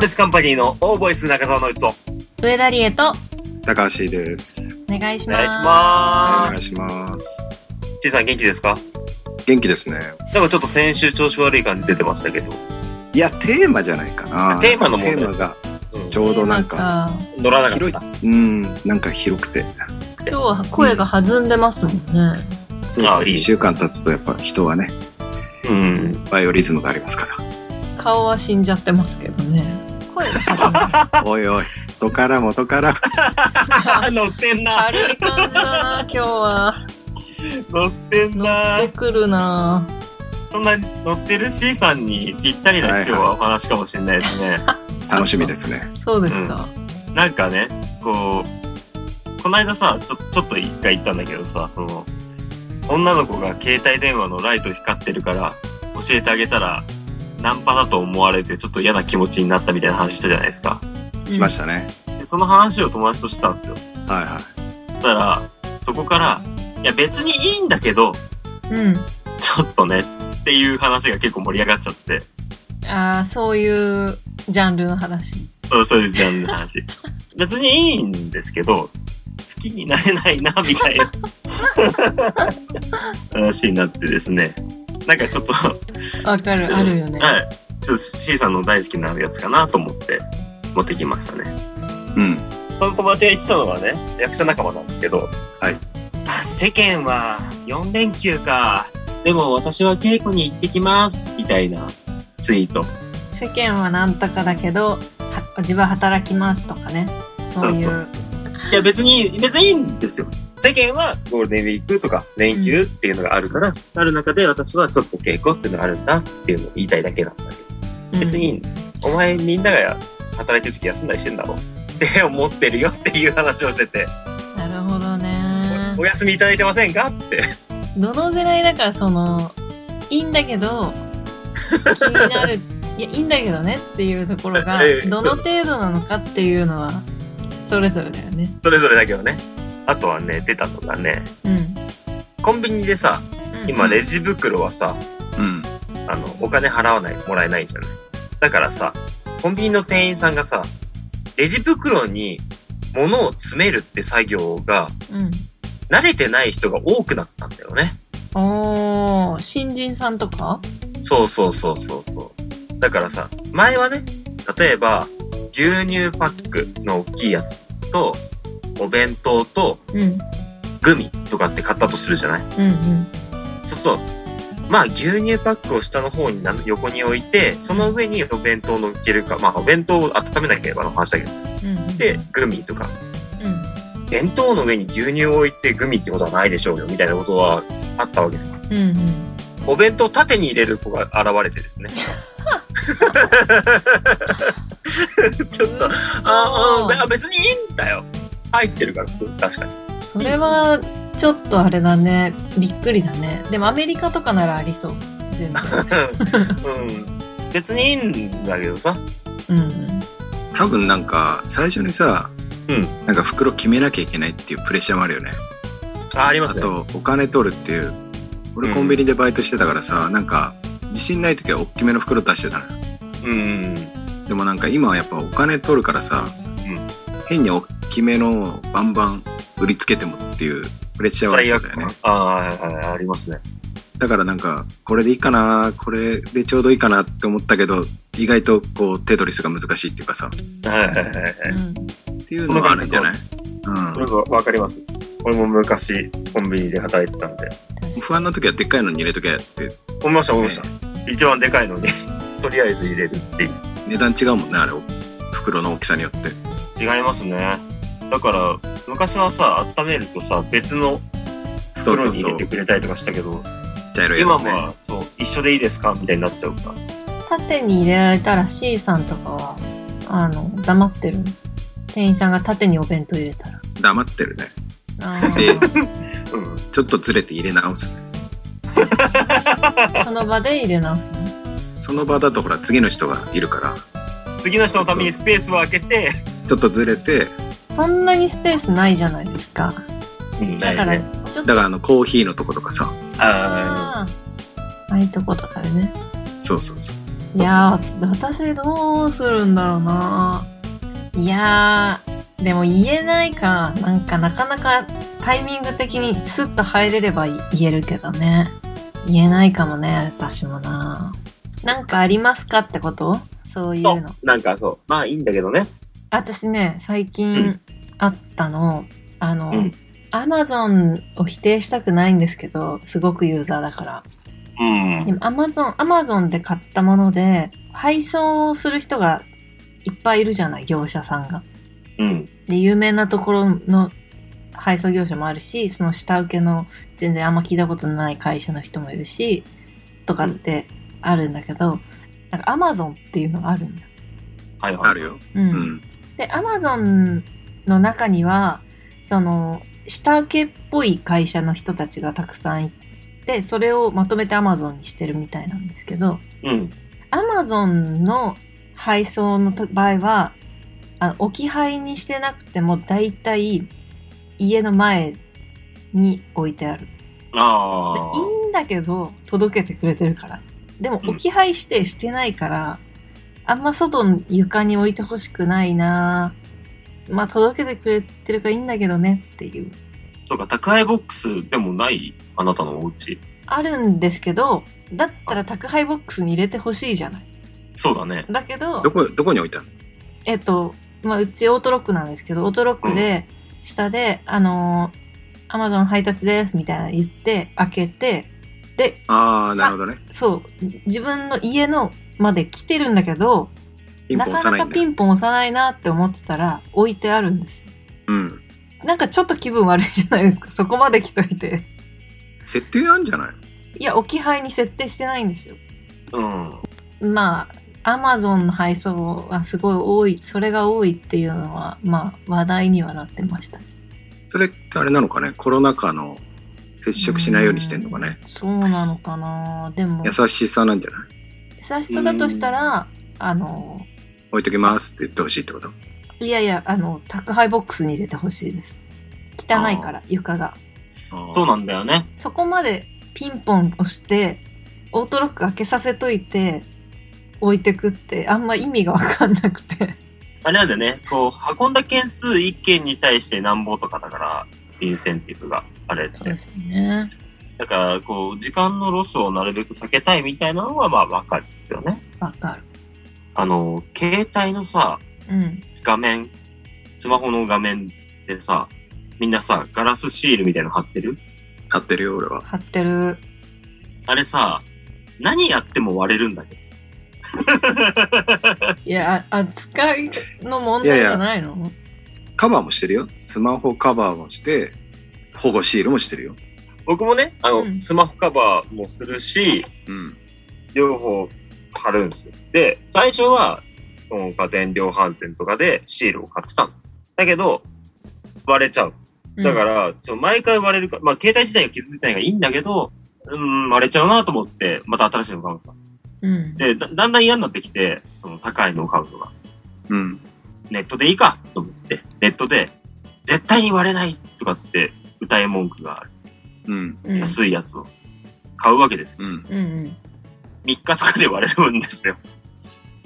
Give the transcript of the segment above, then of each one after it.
レスカンパニーのオーボイス中澤のると、上田理恵と高橋です。お願いしおま願す。いしおま願いします。す。ちいさん元気ですか元気ですね。なんかちょっと先週調子悪い感じ出てましたけど、いや、テーマじゃないかな。テーマの問題テーマがうんちょうどなんか、乗らなかっ広いた。、うん、なんか広くて。今日は声が弾んでますもんね。そうあそあう。いい一週間経つとやっぱ人はね、うん。バイオリズムがありますか顔は死んじゃってますけどね。声が弾んでる。ら。おいおい、元から元から。乗ってんな軽い感じだな、今日は。乗ってんな乗ってくるな。そんな乗ってる C さんにぴったりな今日はお話かもしれないです ね。楽しみですね。そうですか。なんかね、こう、この間さ、ちょちょっと一回言ったんだけどさ、その、女の子が携帯電話のライト光ってるから、教えてあげたら、ナンパだと思われて、ちょっと嫌な気持ちになったみたいな話したじゃないですか。しましたね。でその話を友達としたんですよ。はいはそしたら、そこから、いや別にいいんだけど、うん。うんちょっとね、っていう話が結構盛り上がっちゃって、ああ、そういうジャンルの話。そうそういうジャンルの話。 別にいいんですけど、好きになれないな、みたい な話になってですね。なんかちょっと、はわかる、あるよね。い。ちょっと C さんの大好きなやつかなと思って持ってきましたね。い。うん。その友達が言ってたのはね、役者仲間なんですけど、はい。あ、世間は4連休か。でも私は稽古に行ってきます、みたいなツイート。世間はなんとかだけど、は自分は働きますとかね。そうい。そういや別に、別にいいんですよ。世間はゴールデンウィークとか連休っていうのがあるから、ある中で私はちょっと稽古っていうのがあるんだっていうのを言いたいだけなんだけうんど、別にいいんです、お前みんなが働いてる時休んだりしてんだろって思ってるよっていう話をしてて、なるほどねお。お休みいただいてませんかって。どのぐらいだからそのいいんだけど気になるいやいいんだけどねっていうところがええどの程度なのかっていうのはそれぞれだよね。それぞれだけどね。あとはね、出たのがね、うん。コンビニでさ、うん今レジ袋はさ、うん。あの、お金払わない、もらえないんじゃないだからさ、コンビニの店員さんがさ、レジ袋に物を詰めるって作業がうん。慣れてない人が多くなったんだよね。おー新人さんとかそうそうそうそうそう。だからさ、前はね、例えば、牛乳パックの大きいやつと、お弁当とうんうんグミとかって買ったとするじゃないうんそうすると、まあ牛乳パックを下の方にな横に置いて、その上にお弁当を乗っけるか、まあお弁当を温めなければの話だけど、うんで、グミとか、弁当の上に牛乳を置いてグミってことはないでしょうよ、みたいなことはあったわけです。うんうんお弁当を縦に入れる子が現れてですね。ちょっと、ああ、別にいいんだよ。入ってるから、確かに。それはちょっとあれだねびっくりだねでもアメリカとかならありそう全然うん。別にいいんだけどさ。うん多分なんか、最初にさ、うんなんか袋決めなきゃいけないっていうプレッシャーもあるよね。あ、ありまあすね。とお金取るっていう俺コンビニでバイトしてたからさ、なんか自信ない時は大きめの袋出してたのうん。でもなんか今はやっぱお金取るからさ、変に大きめのをバンバン売りつけてもっていうプレッシャーはあり罪そう悪だ感よね。ああ、はいはいありますね。だからなんかこれでいいかなこれでちょうどいいかなって思ったけど意外とこうテトリスが難しいっていうかさはいはいはいはい。うんっていうのがあるんじゃない、そうんれはわかります。俺も昔、コンビニで働いてたんで。不安な時はでっかいのに入れとけって思いました、思いました。一番でかいのに、 とりあえず入れるっていう。値段違うもんねあれ袋の大きさによって違いますね。だから、昔はさ、温めるとさ、別のそうそ袋うに入それうてくれたりとかしたけど、茶色いやつ今ねもは、そう、一緒でいいですかみたいになっちゃうから。縦に入れられたら C さんとかはあの黙ってる店員さんが縦にお弁当入れたら黙ってるねあでーうん。ちょっとずれて入れ直すねその場で入れ直すねその場だとほら次の人がいるから次の人のためにスペースを空けて、ちょっとずれてそんなにスペースないじゃないですか だからね、ちょっだとからあのコーヒーのとことかさああああいうとことかでねそうそうそういやー、私どうするんだろうな。いやー、でも言えないか。なんかなかなかタイミング的にスッと入れれば言えるけどね。言えないかもね、私もな。なんかありますかってことそういうの。なんかそう、まあいいんだけどね。私ね、最う近んあったの、あの、うんアマゾンを否定したくないんですけど、すごくユーザーだから。うんで。も Amazon、Amazon で買ったもので、配送をする人がいっぱいいるじゃない、業者さんが。うん。で、有名なところの配送業者もあるし、その下請けの全然あんま聞いたことのない会社の人もいるし、とかってあるんだけど、なんか Amazon っていうのがあるんだ。はいはい。あるよ。うん。うん。で、Amazon の中には、その、下請けっぽい会社の人たちがたくさんいて、それをまとめて Amazon にしてるみたいなんですけど、うん。アマゾンの配送のと場合は、あの置き配にしてなくても、だいたい家の前に置いてある。であいいんだけど、届けてくれてるから。でも、うん置き配指定してないから、あんま外の床に置いてほしくないなぁまあ、届けてくれてるからいいんだけどねっていう。あ。そうか、宅配ボックスでもないあなたのお家。あるんですけど、だったら宅配ボックスに入れてほしいじゃない。そうだね。だけど、どこ、どこに置いたのえっと、まあ、うちオートロックなんですけど、オートロックで、下で、あのー、アマゾン配達ですみたいなの言って、開けて、で、ああ、なるほどね。そう、自分の家のまで来てるんだけど、ピンポンな押さかなないかんだピよ。ンポン押さないなって思ってたら、置いてあるんですよ。うん。なんかちょっと気分悪いじゃないですか。 そこまで来といて。設定あんじゃないいや、置き配に設定してないんですよ。うん。まあ、アマゾンの配送がすごい多い、それが多いっていうのは、まあ、話題にはなってましたねそれってあれなのかねコロナ禍の接触しないようにしてんのかねうんそうなのかなでも優しさなんじゃない優しさだとしたらあの置いときますって言ってほしいってこといやいやあの宅配ボックスに入れてほしいです汚いから床がそうななんだよね。そこまでピンポン押してオートロック開けさせといて置いてくってあんま意味がわかんなくてあれなんだよね。こう、運んだ件数1件に対してなんぼとかだから、インセンティブがあれって。すねだから、こう、時間のロスをなるべく避けたいみたいなのは、まあ、わかるんですよね。わかるあの、携帯のさ、うん画面、スマホの画面でさ、みんなさ、ガラスシールみたいなの貼ってる立ってるよ俺は貼ってるあれさ、何やっても割れるんだけど。いやあ扱いの問題じゃないのカバーもしてるよスマホカバーもして保護シールもしてるよ僕もね、あの、うんスマホカバーもするし、うん両方貼るんですよ。で、最初は、その家電量販店とかでシールを買ってたの。だけど、割れちゃう。だかうんら、その毎回割れるか、まあ、携帯自体が傷ついてないからいいんだけど、うん、割れちゃうなと思って、また新しいの買うんですようんでだ、だんだん嫌になってきて、その高いのを買うのが。うんネットでいいかと思って、ネットで、絶対に割れないとかって歌い文句がある。うんうん安いやつを買うわけです。うんうんうん3日とかで割れるんですよ。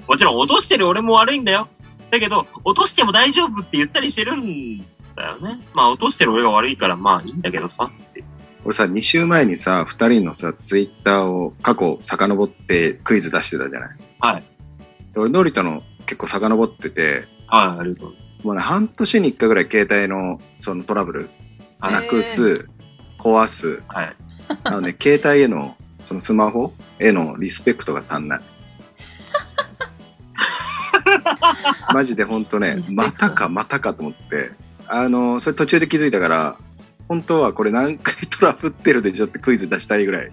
もちろん落としてる俺も悪いんだよ。だけど、落としても大丈夫って言ったりしてるんだよね。まあ落としてる俺が悪いからまあいいんだけどさって。俺さ2週前にさ2人のさツイッターを過去遡ってクイズ出してたじゃないはいで俺ノリタの結構遡っててはい、ありがとうございもうね半年に1回ぐらい携帯のそのトラブルはいなくす壊すます。はい。なので、携帯への、そのスマホへのリスペクトが 足んない。マジで本当ねリス、ペクトまたかまたかと思って、あの、それ途中で気づいたから、本当はこれ何回トラブってるでちょっとクイズ出したいぐらい。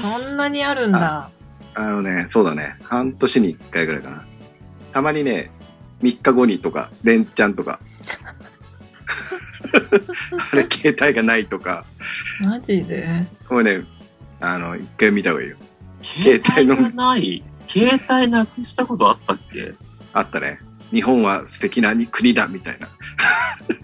そんなにあるんだあのね、そうだね、半年に1回ぐらいかな。たまにね、3日後にとか、連チャン とか。 あれ、携帯がないとか。マジでこれね、あの、一回見た方がいいよ。 携帯帯のがない。携帯なくしたことあったっけあったね。日本は素敵な国だみたいな。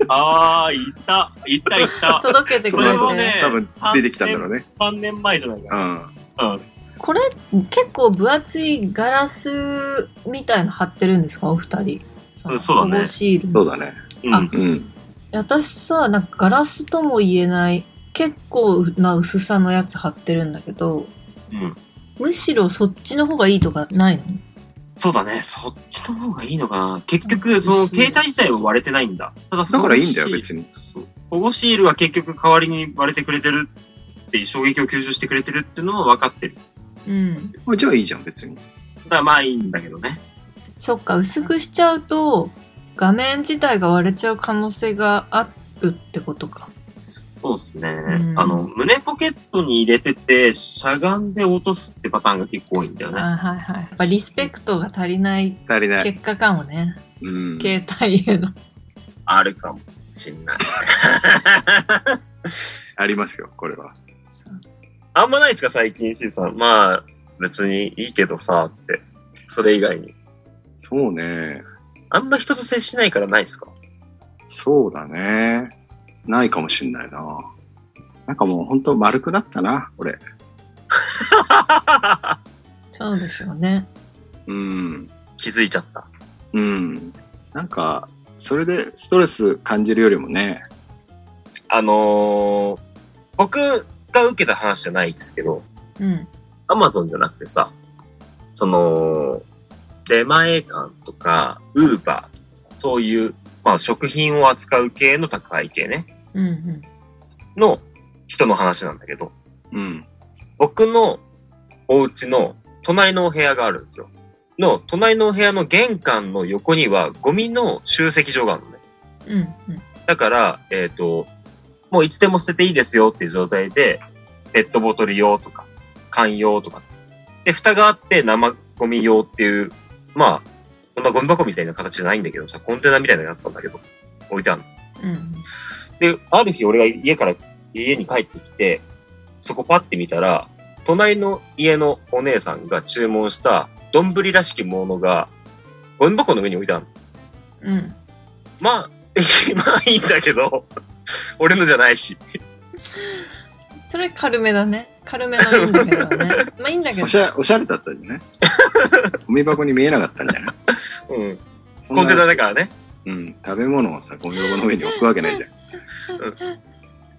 ああ、いた。いた、いた。 届けてでくこれれてもね多分出てきたんだろうね。 3年前じゃないかうな。ん。うん。これ結構分厚いガラスみたいの貼ってるんですかお二人。うんそうだね保護シールのそうだね。うん。あうん。私さ、なんかガラスとも言えない、結構な薄さのやつ貼ってるんだけど、うん。むしろそっちの方がいいとかないのそうだね。そっちの方がいいのかな。結局、その、携帯自体は割れてないんだ。ただ、だからいいんだよ、別に。そう保護シールは結局代わりに割れてくれてるっていう衝撃を吸収してくれてるっていうのは分かってる。うん。あじゃあいいじゃん、別に。だからまあいいんだけどね。そっか、薄くしちゃうと、画面自体が割れちゃう可能性があるってことか。そうですね。んあの、胸ポケットに入れてて、しゃがんで落とすってパターンが結構多いんだよね。あはいはい。やっぱリスペクトが足りない足りない。結果かもね。うん。携帯への。あるかもしんない。ありますよ、これは。あんまないですか、最近、シーさん。まあ、別にいいけどさ、って。それ以外に。そうね。あんま人と接しないからないですかそうだね。ないかもしんないな。なんかもう本当丸くなったな、俺。そうですよね。うん。気づいちゃった。うん。なんか、それでストレス感じるよりもね。あのー僕が受けた話じゃないですけど、うん。アマゾンじゃなくてさ、その、出前館とか、ウーバー、そういう、まあ、食品を扱う系の宅配系ね、うんうん。の人の話なんだけど、うん。僕のお家の隣のお部屋があるんですよ。の、隣のお部屋の玄関の横にはゴミの集積所があるのね。うんだから、えっ、と、もういつでも捨てていいですよっていう状態で、ペットボトル用とか、缶用とか。で、蓋があって生ゴミ用っていう、まあ、こんなゴミ箱みたいな形じゃないんだけどさ、コンテナみたいなやつなんだけど、置いてあるの。うん。うん。で、ある日俺が家から、家に帰ってきて、そこパッて見たら、隣の家のお姉さんが注文した丼らしきものが、ゴミ箱の上に置いてあるの。うん。まあ、 まあいいんだけど、俺のじゃないし。それ軽めだね。軽めのいいんだけどね。まあいいんだけどお。しゃおしゃれだったんじゃ ないゴミ箱に見えなかったんじゃないうん。そんコンテナな、だからね。うん、食べ物をさ、ゴミ箱の上に置くわけない じゃん。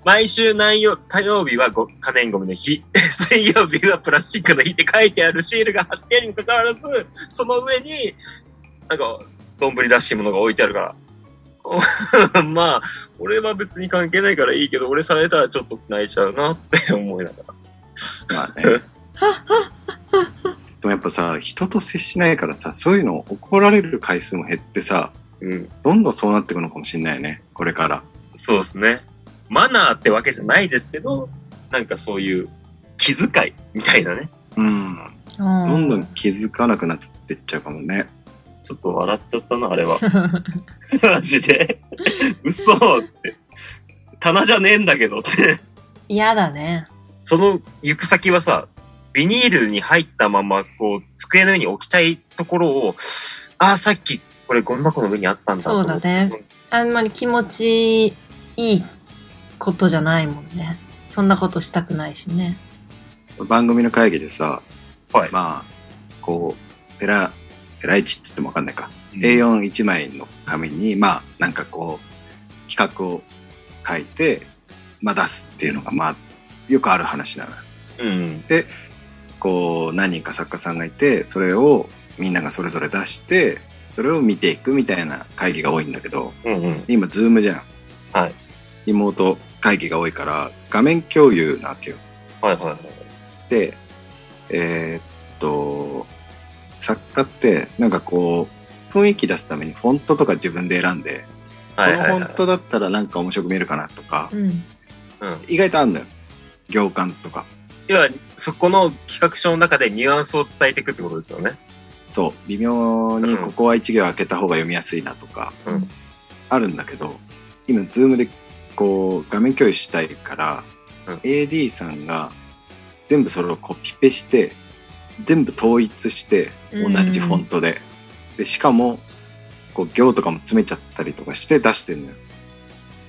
毎週何曜、火曜日はご可燃ゴミの日、 水曜日はプラスチックの日って書いてあるシールが貼ってあるにもかかわらず、その上に、なんか、丼らしきものが置いてあるから。 まあ、俺は別に関係ないからいいけど、俺されたらちょっと泣いちゃうなって思いながら。まあね。でもやっぱさ、人と接しないからさ、そういうのを怒られる回数も減ってさ、うん。どんどんそうなってくのかもしんないね、これから。そうですね。マナーってわけじゃないですけど、なんかそういう気遣いみたいなね。うん。うんどんどん気づかなくなってっちゃうかもね。ちょっと笑っちゃったな、あれは。 マジで。嘘って。棚じゃねえんだけどって。嫌だね。その行く先はさ、ビニールに入ったまま、こう、机の上に置きたいところを、ああ、さっき、これゴミ箱の上にあったんだと思って。そうだねあんまり気持ちいいことじゃないもんね。そんなことしたくないしね。番組の会議でさ、はいまあ、こう、ペラ、ペライチっつってもわかんないか。うん。 A41 枚の紙に、まあ、なんかこう、企画を書いて、まあ出すっていうのが、まあ、よくある話なのよ。うん。こう何人か作家さんがいてそれをみんながそれぞれ出してそれを見ていくみたいな会議が多いんだけどうんうん。今ズームじゃん、はい、リモート会議が多いから画面共有なわけよはいはいはい。でえーっと作家ってなんかこう雰囲気出すためにフォントとか自分で選んで、はいはい、このはフォンい。トだったらなんか面白く見えるかなとか、うん。うん。意外とあんのよ行間とか要は、そこの企画書の中でニュアンスを伝えていくってことですよね。そう微妙にうんここは一行開けた方が読みやすいなとか、うんあるんだけど今ズームでこう画面共有したいから、うん AD さんが全部それをコピペして全部統一して同じフォントで,、でしかもこう行とかも詰めちゃったりとかして出してるのよ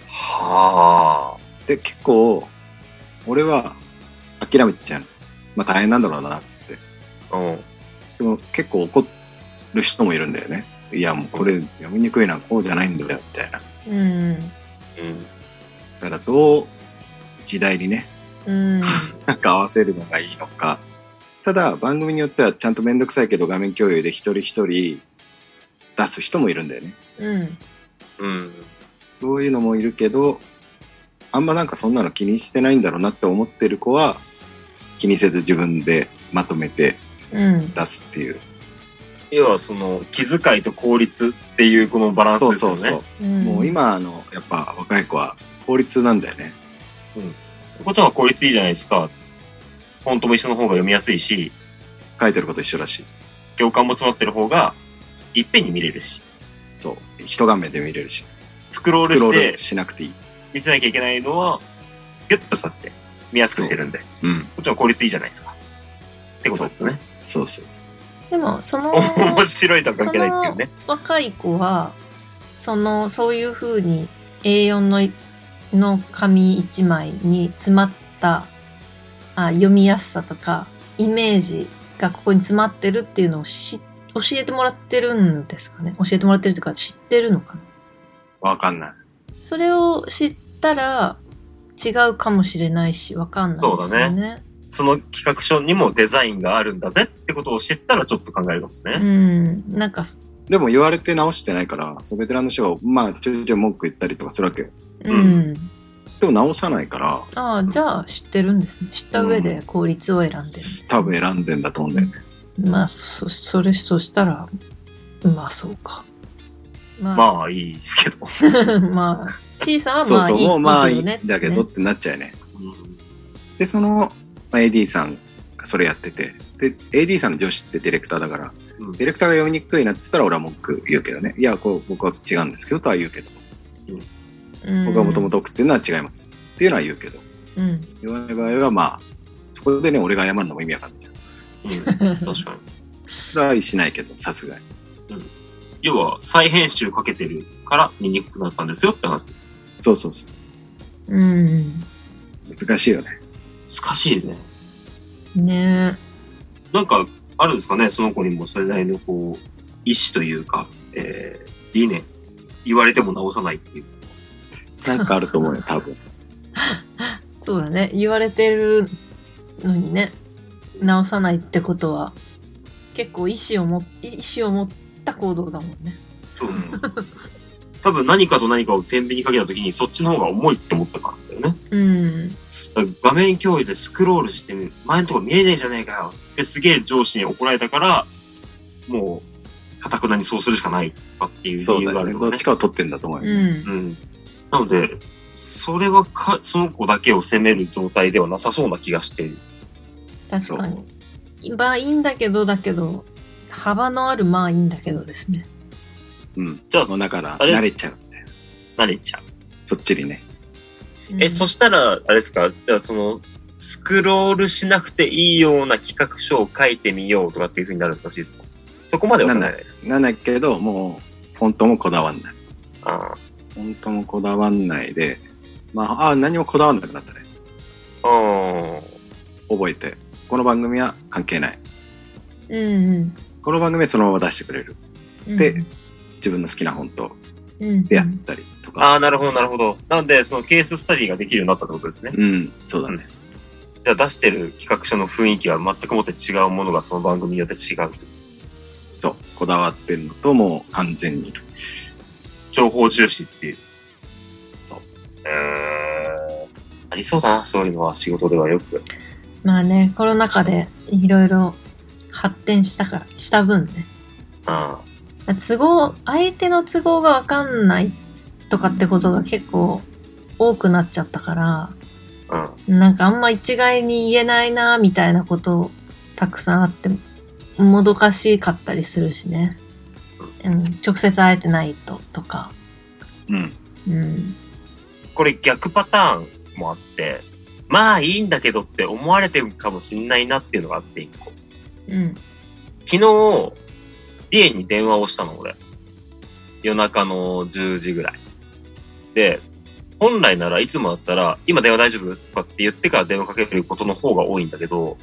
はあ。で結構俺は諦めちゃうのまあ大変なんだろうな、つって。うん。でも結構怒る人もいるんだよね。いや、もうこれ読みにくいな、こうじゃないんだよ、みたいな。だうん。からどう時代にね、 うん。なんか合わせるのがいいのか。ただ、番組によってはちゃんとめんどくさいけど画面共有で一人一人出す人もいるんだよね。うん。うん。そういうのもいるけど、あんまなんかそんなの気にしてないんだろうなって思ってる子は、気にせず自分でまとめてうん。出すっていう。要はその気遣いと効率っていうこのバランスそうですそようね。そうっ。うんもう。今あの、やっぱ若い子は法律なんだよね。てことは効率いいじゃないですか。フォントも一緒の方が読みやすいし、書いてること一緒だし。行間も詰まってる方がいっぺんに見れるし、そう。一画面で見れるし。スクロースルクロしーてルしなくていい。見せなきゃいけないのは、ギュッとさせて見やすくしてるんで、こうん。っちは効率いいじゃないですか。ってことですね。そうそうそう。でも、その、面白いとは関係ないっていうね。若い子は、その、そういう風に A4 のいの紙1枚に詰まったあ読みやすさとか、イメージがここに詰まってるっていうのをし教えてもらってるんですかね教えてもらってるというか知ってるのかなわかんない。それを知ったら違うかもしれないし、わかんないですよね。その企画書にもデザインがあるんだぜってことを知ったらちょっと考えるかもうね。ん。なんか、でも言われて直してないから、そうベテランの人が、まあ、ちょいちょい文句言ったりとかするわけよ。う。うんでも直さないから、ああ、じゃあ知ってるんですね。知った上で効率を選んでるんです、多分選んでんだと思うんだよね。まあ、そ、それ、そしたら、まあ、そうか。まあ、まあいいですけど。 まあ、C さんはそうまあいそ、ういもうまあいいんねだけどっ。てなっちゃうよね。うんで、その、まあ、AD さんがそれやってて、で、AD さんの上司ってディレクターだから、うんディレクターが読みにくいなって言ったら俺は文句言うけどね。いや、こう僕は違うんですけどとは言うけど、僕はもともと。と送ってるのは違います。っていうのは言うけど、うん。言わない場合はまあ、そこでね、俺が謝るのも意味わかんないじゃん。うん確かに。それはしないけど、さすがに。要は再編集かけてるから見にくくなったんですよって話。そうそうそう。うん。難しいよね。難しいね。ねなんか、あるんですかね、その子にもそれなりのこう、意思というか、えー、理念。言われても直さないっていう。なんかあると思うよ、多分。そうだね。言われてるのにね、直さないってことは、結構意思をも、意思を持った行動だもんね。そう。多分何かと何かを天秤にかけた時にそっちの方が重いって思ったからだよね。うん。だから画面共有でスクロールして前のとこ見えねえじゃねえかよってすげえ上司に怒られたから、もう、かたくなにそうするしかないとかっていうそ理う由だがあよね。るどのっねち。かを取ってんだと思うよ、う。うんん。なので、それはか、その子だけを責める状態ではなさそうな気がして、確そうかに。まあいいんだけど、だけど、幅のあるまあいいんだけどですね。うん。じゃあもうだから、あれ慣れちゃう。慣れちゃう。そっちにね。え、そしたら、あれですか、じゃあその、スクロールしなくていいような企画書を書いてみようとかっていうふうになるらしいですかそこまでは考えないですなんだけど、もう、フォントもこだわんない。かあフォントもこだわんないで、まあ、あー何もこだわんなくなったね。あー。覚えて。この番組は関係ない。うんこの番組はそのまま出してくれる。うん。で自分の好きなフォントうん、でやったりとか。ああ、なるほど、なるほど。なので、そのケーススタディができるようになったってことですね。うん、そうだね。じゃあ出してる企画書の雰囲気は全くもって違うものがその番組によって違う。そう。こだわってんのと、もう完全に。情報重視っていう。そう。えー、ありそうだな、そういうのは仕事ではよく。まあね、コロナ禍でいろいろ発展したから、した分ね。あ都合、相手の都合がわかんないとかってことが結構多くなっちゃったから、あ、うん。なんかあんま一概に言えないな、みたいなことたくさんあって、もどかしかったりするしね。うん、直接会えてないと、とか。うん。うん。これ逆パターンもあって、まあいいんだけどって思われてるかもしんないなっていうのがあって、一個うん。昨日、リエに電話をしたの、俺。夜中の10時ぐらい。で、本来ならいつもだったら、今電話大丈夫とかって言ってから電話かけることの方が多いんだけど、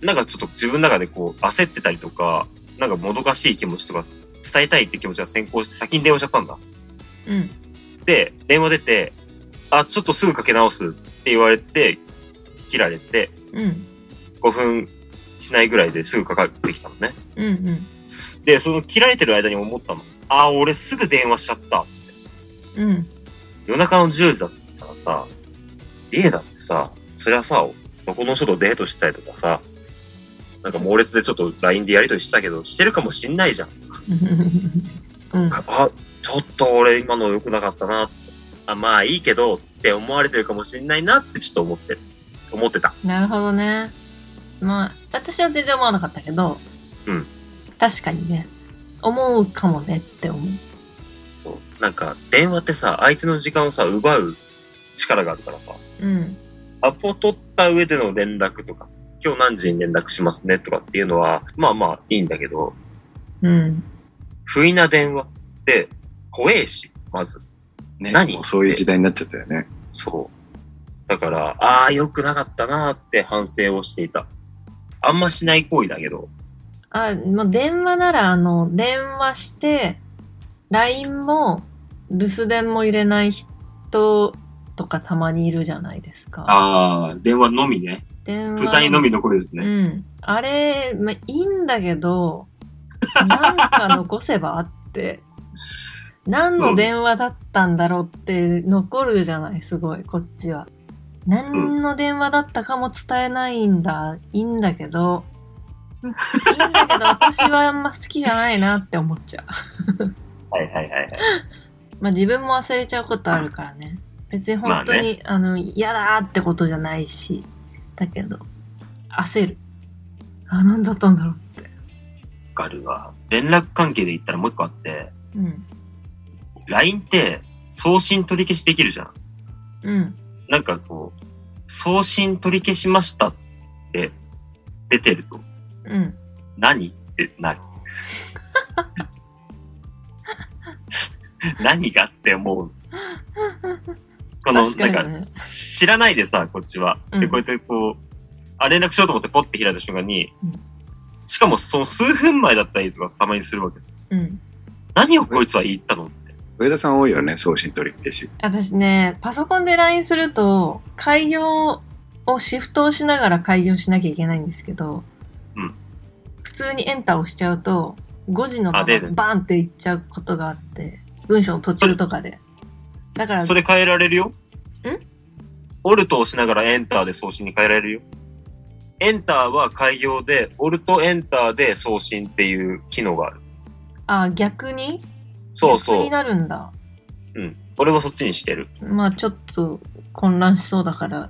なんかちょっと自分の中でこう焦ってたりとか、なんかもどかしい気持ちとか伝えたいって気持ちが先行して先に電話しちゃったんだ。うん。で、電話出て、あ、ちょっとすぐかけ直すって言われて、切られて、うん。 5分しないぐらいですぐかかってきたのね。うん。うん。で、その切られてる間に思ったの。あ、俺すぐ電話しちゃった。うん。夜中の10時だったらさ、リエだってさ、そりゃさ、この人とデートしたりとかさ、なんか猛烈でちょっと LINE でやりとりしたけど、してるかもしんないじゃん。うん。あ、ちょっと俺今の良くなかったな。あ、まあいいけどって思われてるかもしんないなってちょっと思ってる。思ってた。なるほどね。まあ、私は全然思わなかったけど、うん。確かにね、思うかもねって思う。そうなんか電話ってさ、相手の時間をさ、奪う力があるからさ、うん。アポ取った上での連絡とか、今日何時に連絡しますねとかっていうのは、まあまあいいんだけど、うん。不意な電話って怖えし、まず。ね、何もうそういう時代になっちゃったよね。そう。だから、ああ、良くなかったなーって反省をしていた。あんましない行為だけど、あ、もう電話なら、あの、電話して、LINE も、留守電も入れない人とかたまにいるじゃないですか。ああ、電話のみね。電話。不在のみの声ですうね。ん。あれ、まあ、いいんだけど、なんか残せばあって、何の電話だったんだろうって残るじゃない、すごい、こっちは。何の電話だったかも伝えないんだ、いいんだけど、いいんだけど、私はあんま好きじゃないなって思っちゃう。はいはいはいはい。まあ自分も忘れちゃうことあるからね。別に本当まあに、あの、嫌だってことじゃないし、だけど、焦る。あ、何だったんだろうって。わかるわ。連絡関係で言ったらもう一個あって、うん。 LINE って送信取り消しできるじゃん。うん。なんかこう、送信取り消しましたって出てると、うん。何ってなる。何がって思う。この、確かなんにか、ね。知らないでさ、こっちは。うで、んこうやってこう、あ、連絡しようと思ってポッて開いた瞬間に、うんしかもその数分前だったりとかたまにするわけ。うん。何をこいつは言ったのって。上田さん多いよね、送信取り消し。私ね、パソコンで LINE すると、開業をシフトをしながら開業しなきゃいけないんですけど、うん普通にエンターを押しちゃうと、5時のままあ出るバーンっていっちゃうことがあって、文章の途中とかで。だからそ、れ変えられるよ。んオルトを押しながらエンターで送信に変えられるよ。エンターは開業で、オルトエンターで送信っていう機能がある。あ、逆にそうそ逆うに。なるんだ。うん。俺もそっちにしてる。まあちょっと混乱しそうだから、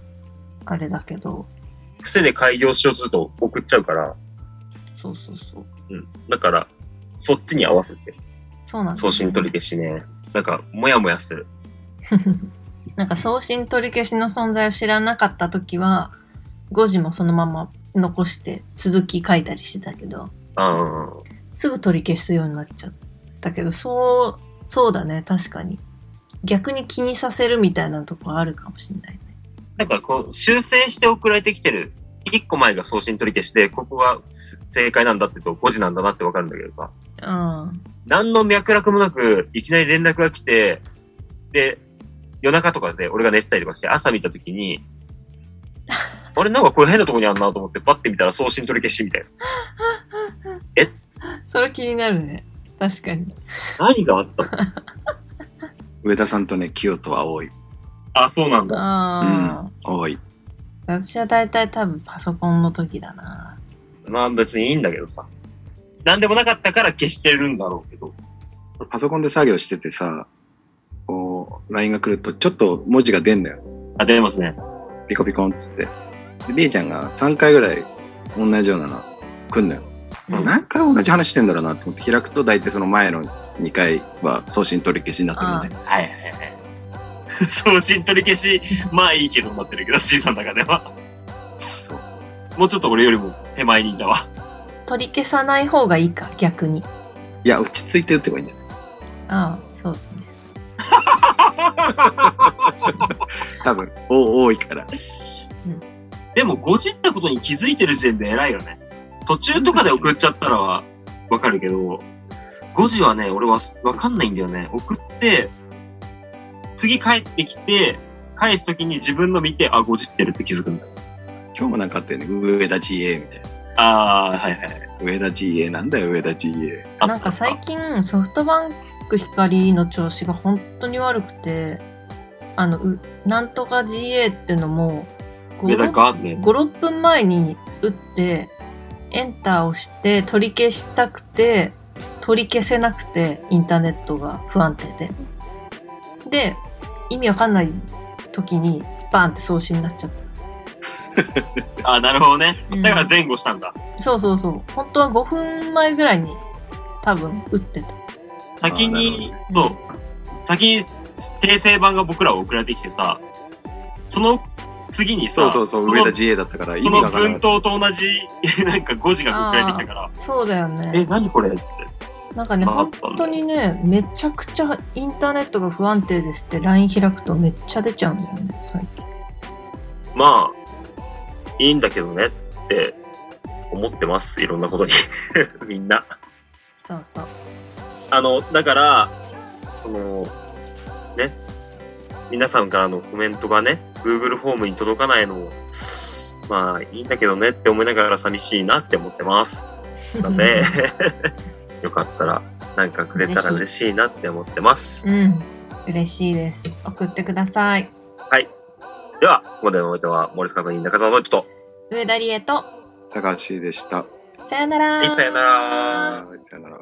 あれだけど、癖で開業しようとすると送っちゃうから、そうそうそう。うん。だから、そっちに合わせて。そうなんです、送信取り消しね。なんか、もやもやする。なんか送信取り消しの存在を知らなかった時は、5時もそのまま残して続き書いたりしてたけど、うん。すぐ取り消すようになっちゃったけど、そう、そうだね、確かに。逆に気にさせるみたいなとこあるかもしれないね。なんかこう、修正して送られてきてる。一個前が送信取り消しで、ここが正解なんだってと、5時なんだなってわかるんだけどさ。うん。何の脈絡もなく、いきなり連絡が来て、で、夜中とかで俺が寝てたりとかして、朝見た時に、あれなんかこれ変なとこにあんなと思って、パッて見たら送信取り消しみたいな。それ気になるね。確かに。何があったの上田さんとね、清人は多い。あ、そうなんだ。あ多い。あ、私は大体多分パソコンの時だな。まあ別にいいんだけどさ。何でもなかったから消してるんだろうけど。パソコンで作業しててさ、こう、LINE が来ると、ちょっと文字が出んのよ。あ、出ますね。ピコピコンっつって。で、りえちゃんが3回ぐらい同じようなの来んのよ。うん何回同じ話してんだろうなと思って開くと、大体その前の2回は送信取り消しになってるね。はいはいはい。 送信取り消し、まあいいけどなってるけど、C さんの中では。そう。もうちょっと俺よりも手前にいたわ。取り消さない方がいいか、逆に。いや、落ち着いて打ってもいいんじゃないああ、そうですね。多分、お多いから。でも、ごじったことに気づいてる時点で偉いよね。途中とかで送っちゃったらはわかるけど、5時はね、俺はわかんないんだよね。送って、次帰ってきて、返すときに自分の見て、あ、5時ってるって気づくんだ。今日もなんかあったよね、上田 GA みたいな。あー、はいはい。上田 GA なんだよ、上田 GA。あなんか最近ソフトバンク光の調子が本当に悪くて、あの、うなんとか GA ってのも、上田ガーデン。 56分前に打ってエンターを押して取り消したくて取り消せなくてインターネットが不安定でで意味わかんない時にバーンって送信になっちゃっあ、なるほどね。た、うんだから前後したんだ。そうそうそう本当は5分前ぐらいに多分打ってた先にあ、ーそなるほどう。先に訂正版が僕ら送られてきてさ、その次にさ、そうそうそう、の上田 GA だったから意そ味がの分から文なか頭っと同じ、 なんか5時が送られてきたから、そうだよえ、ね何これって。なんかねあ本当にねめちゃくちゃインターネットが不安定ですって LINE 開くとめっちゃ出ちゃうんだよね最近まあ、いいんだけどねって思ってます。いろんなことに。 みんな。そうそうあの、だから、その、ね、皆さんからのコメントがね、Google フォームに届かないのも、まあ、いいんだけどねって思いながら寂しいなって思ってます。なの で、よかったら、なんかくれたら嬉しいなって思ってます。 うん、嬉しいです。送ってください。では、ここまでのお相手は、森塚部員中澤の人と、上田理恵と、た。高橋でした。さよなら。はいさよならあーさよなら。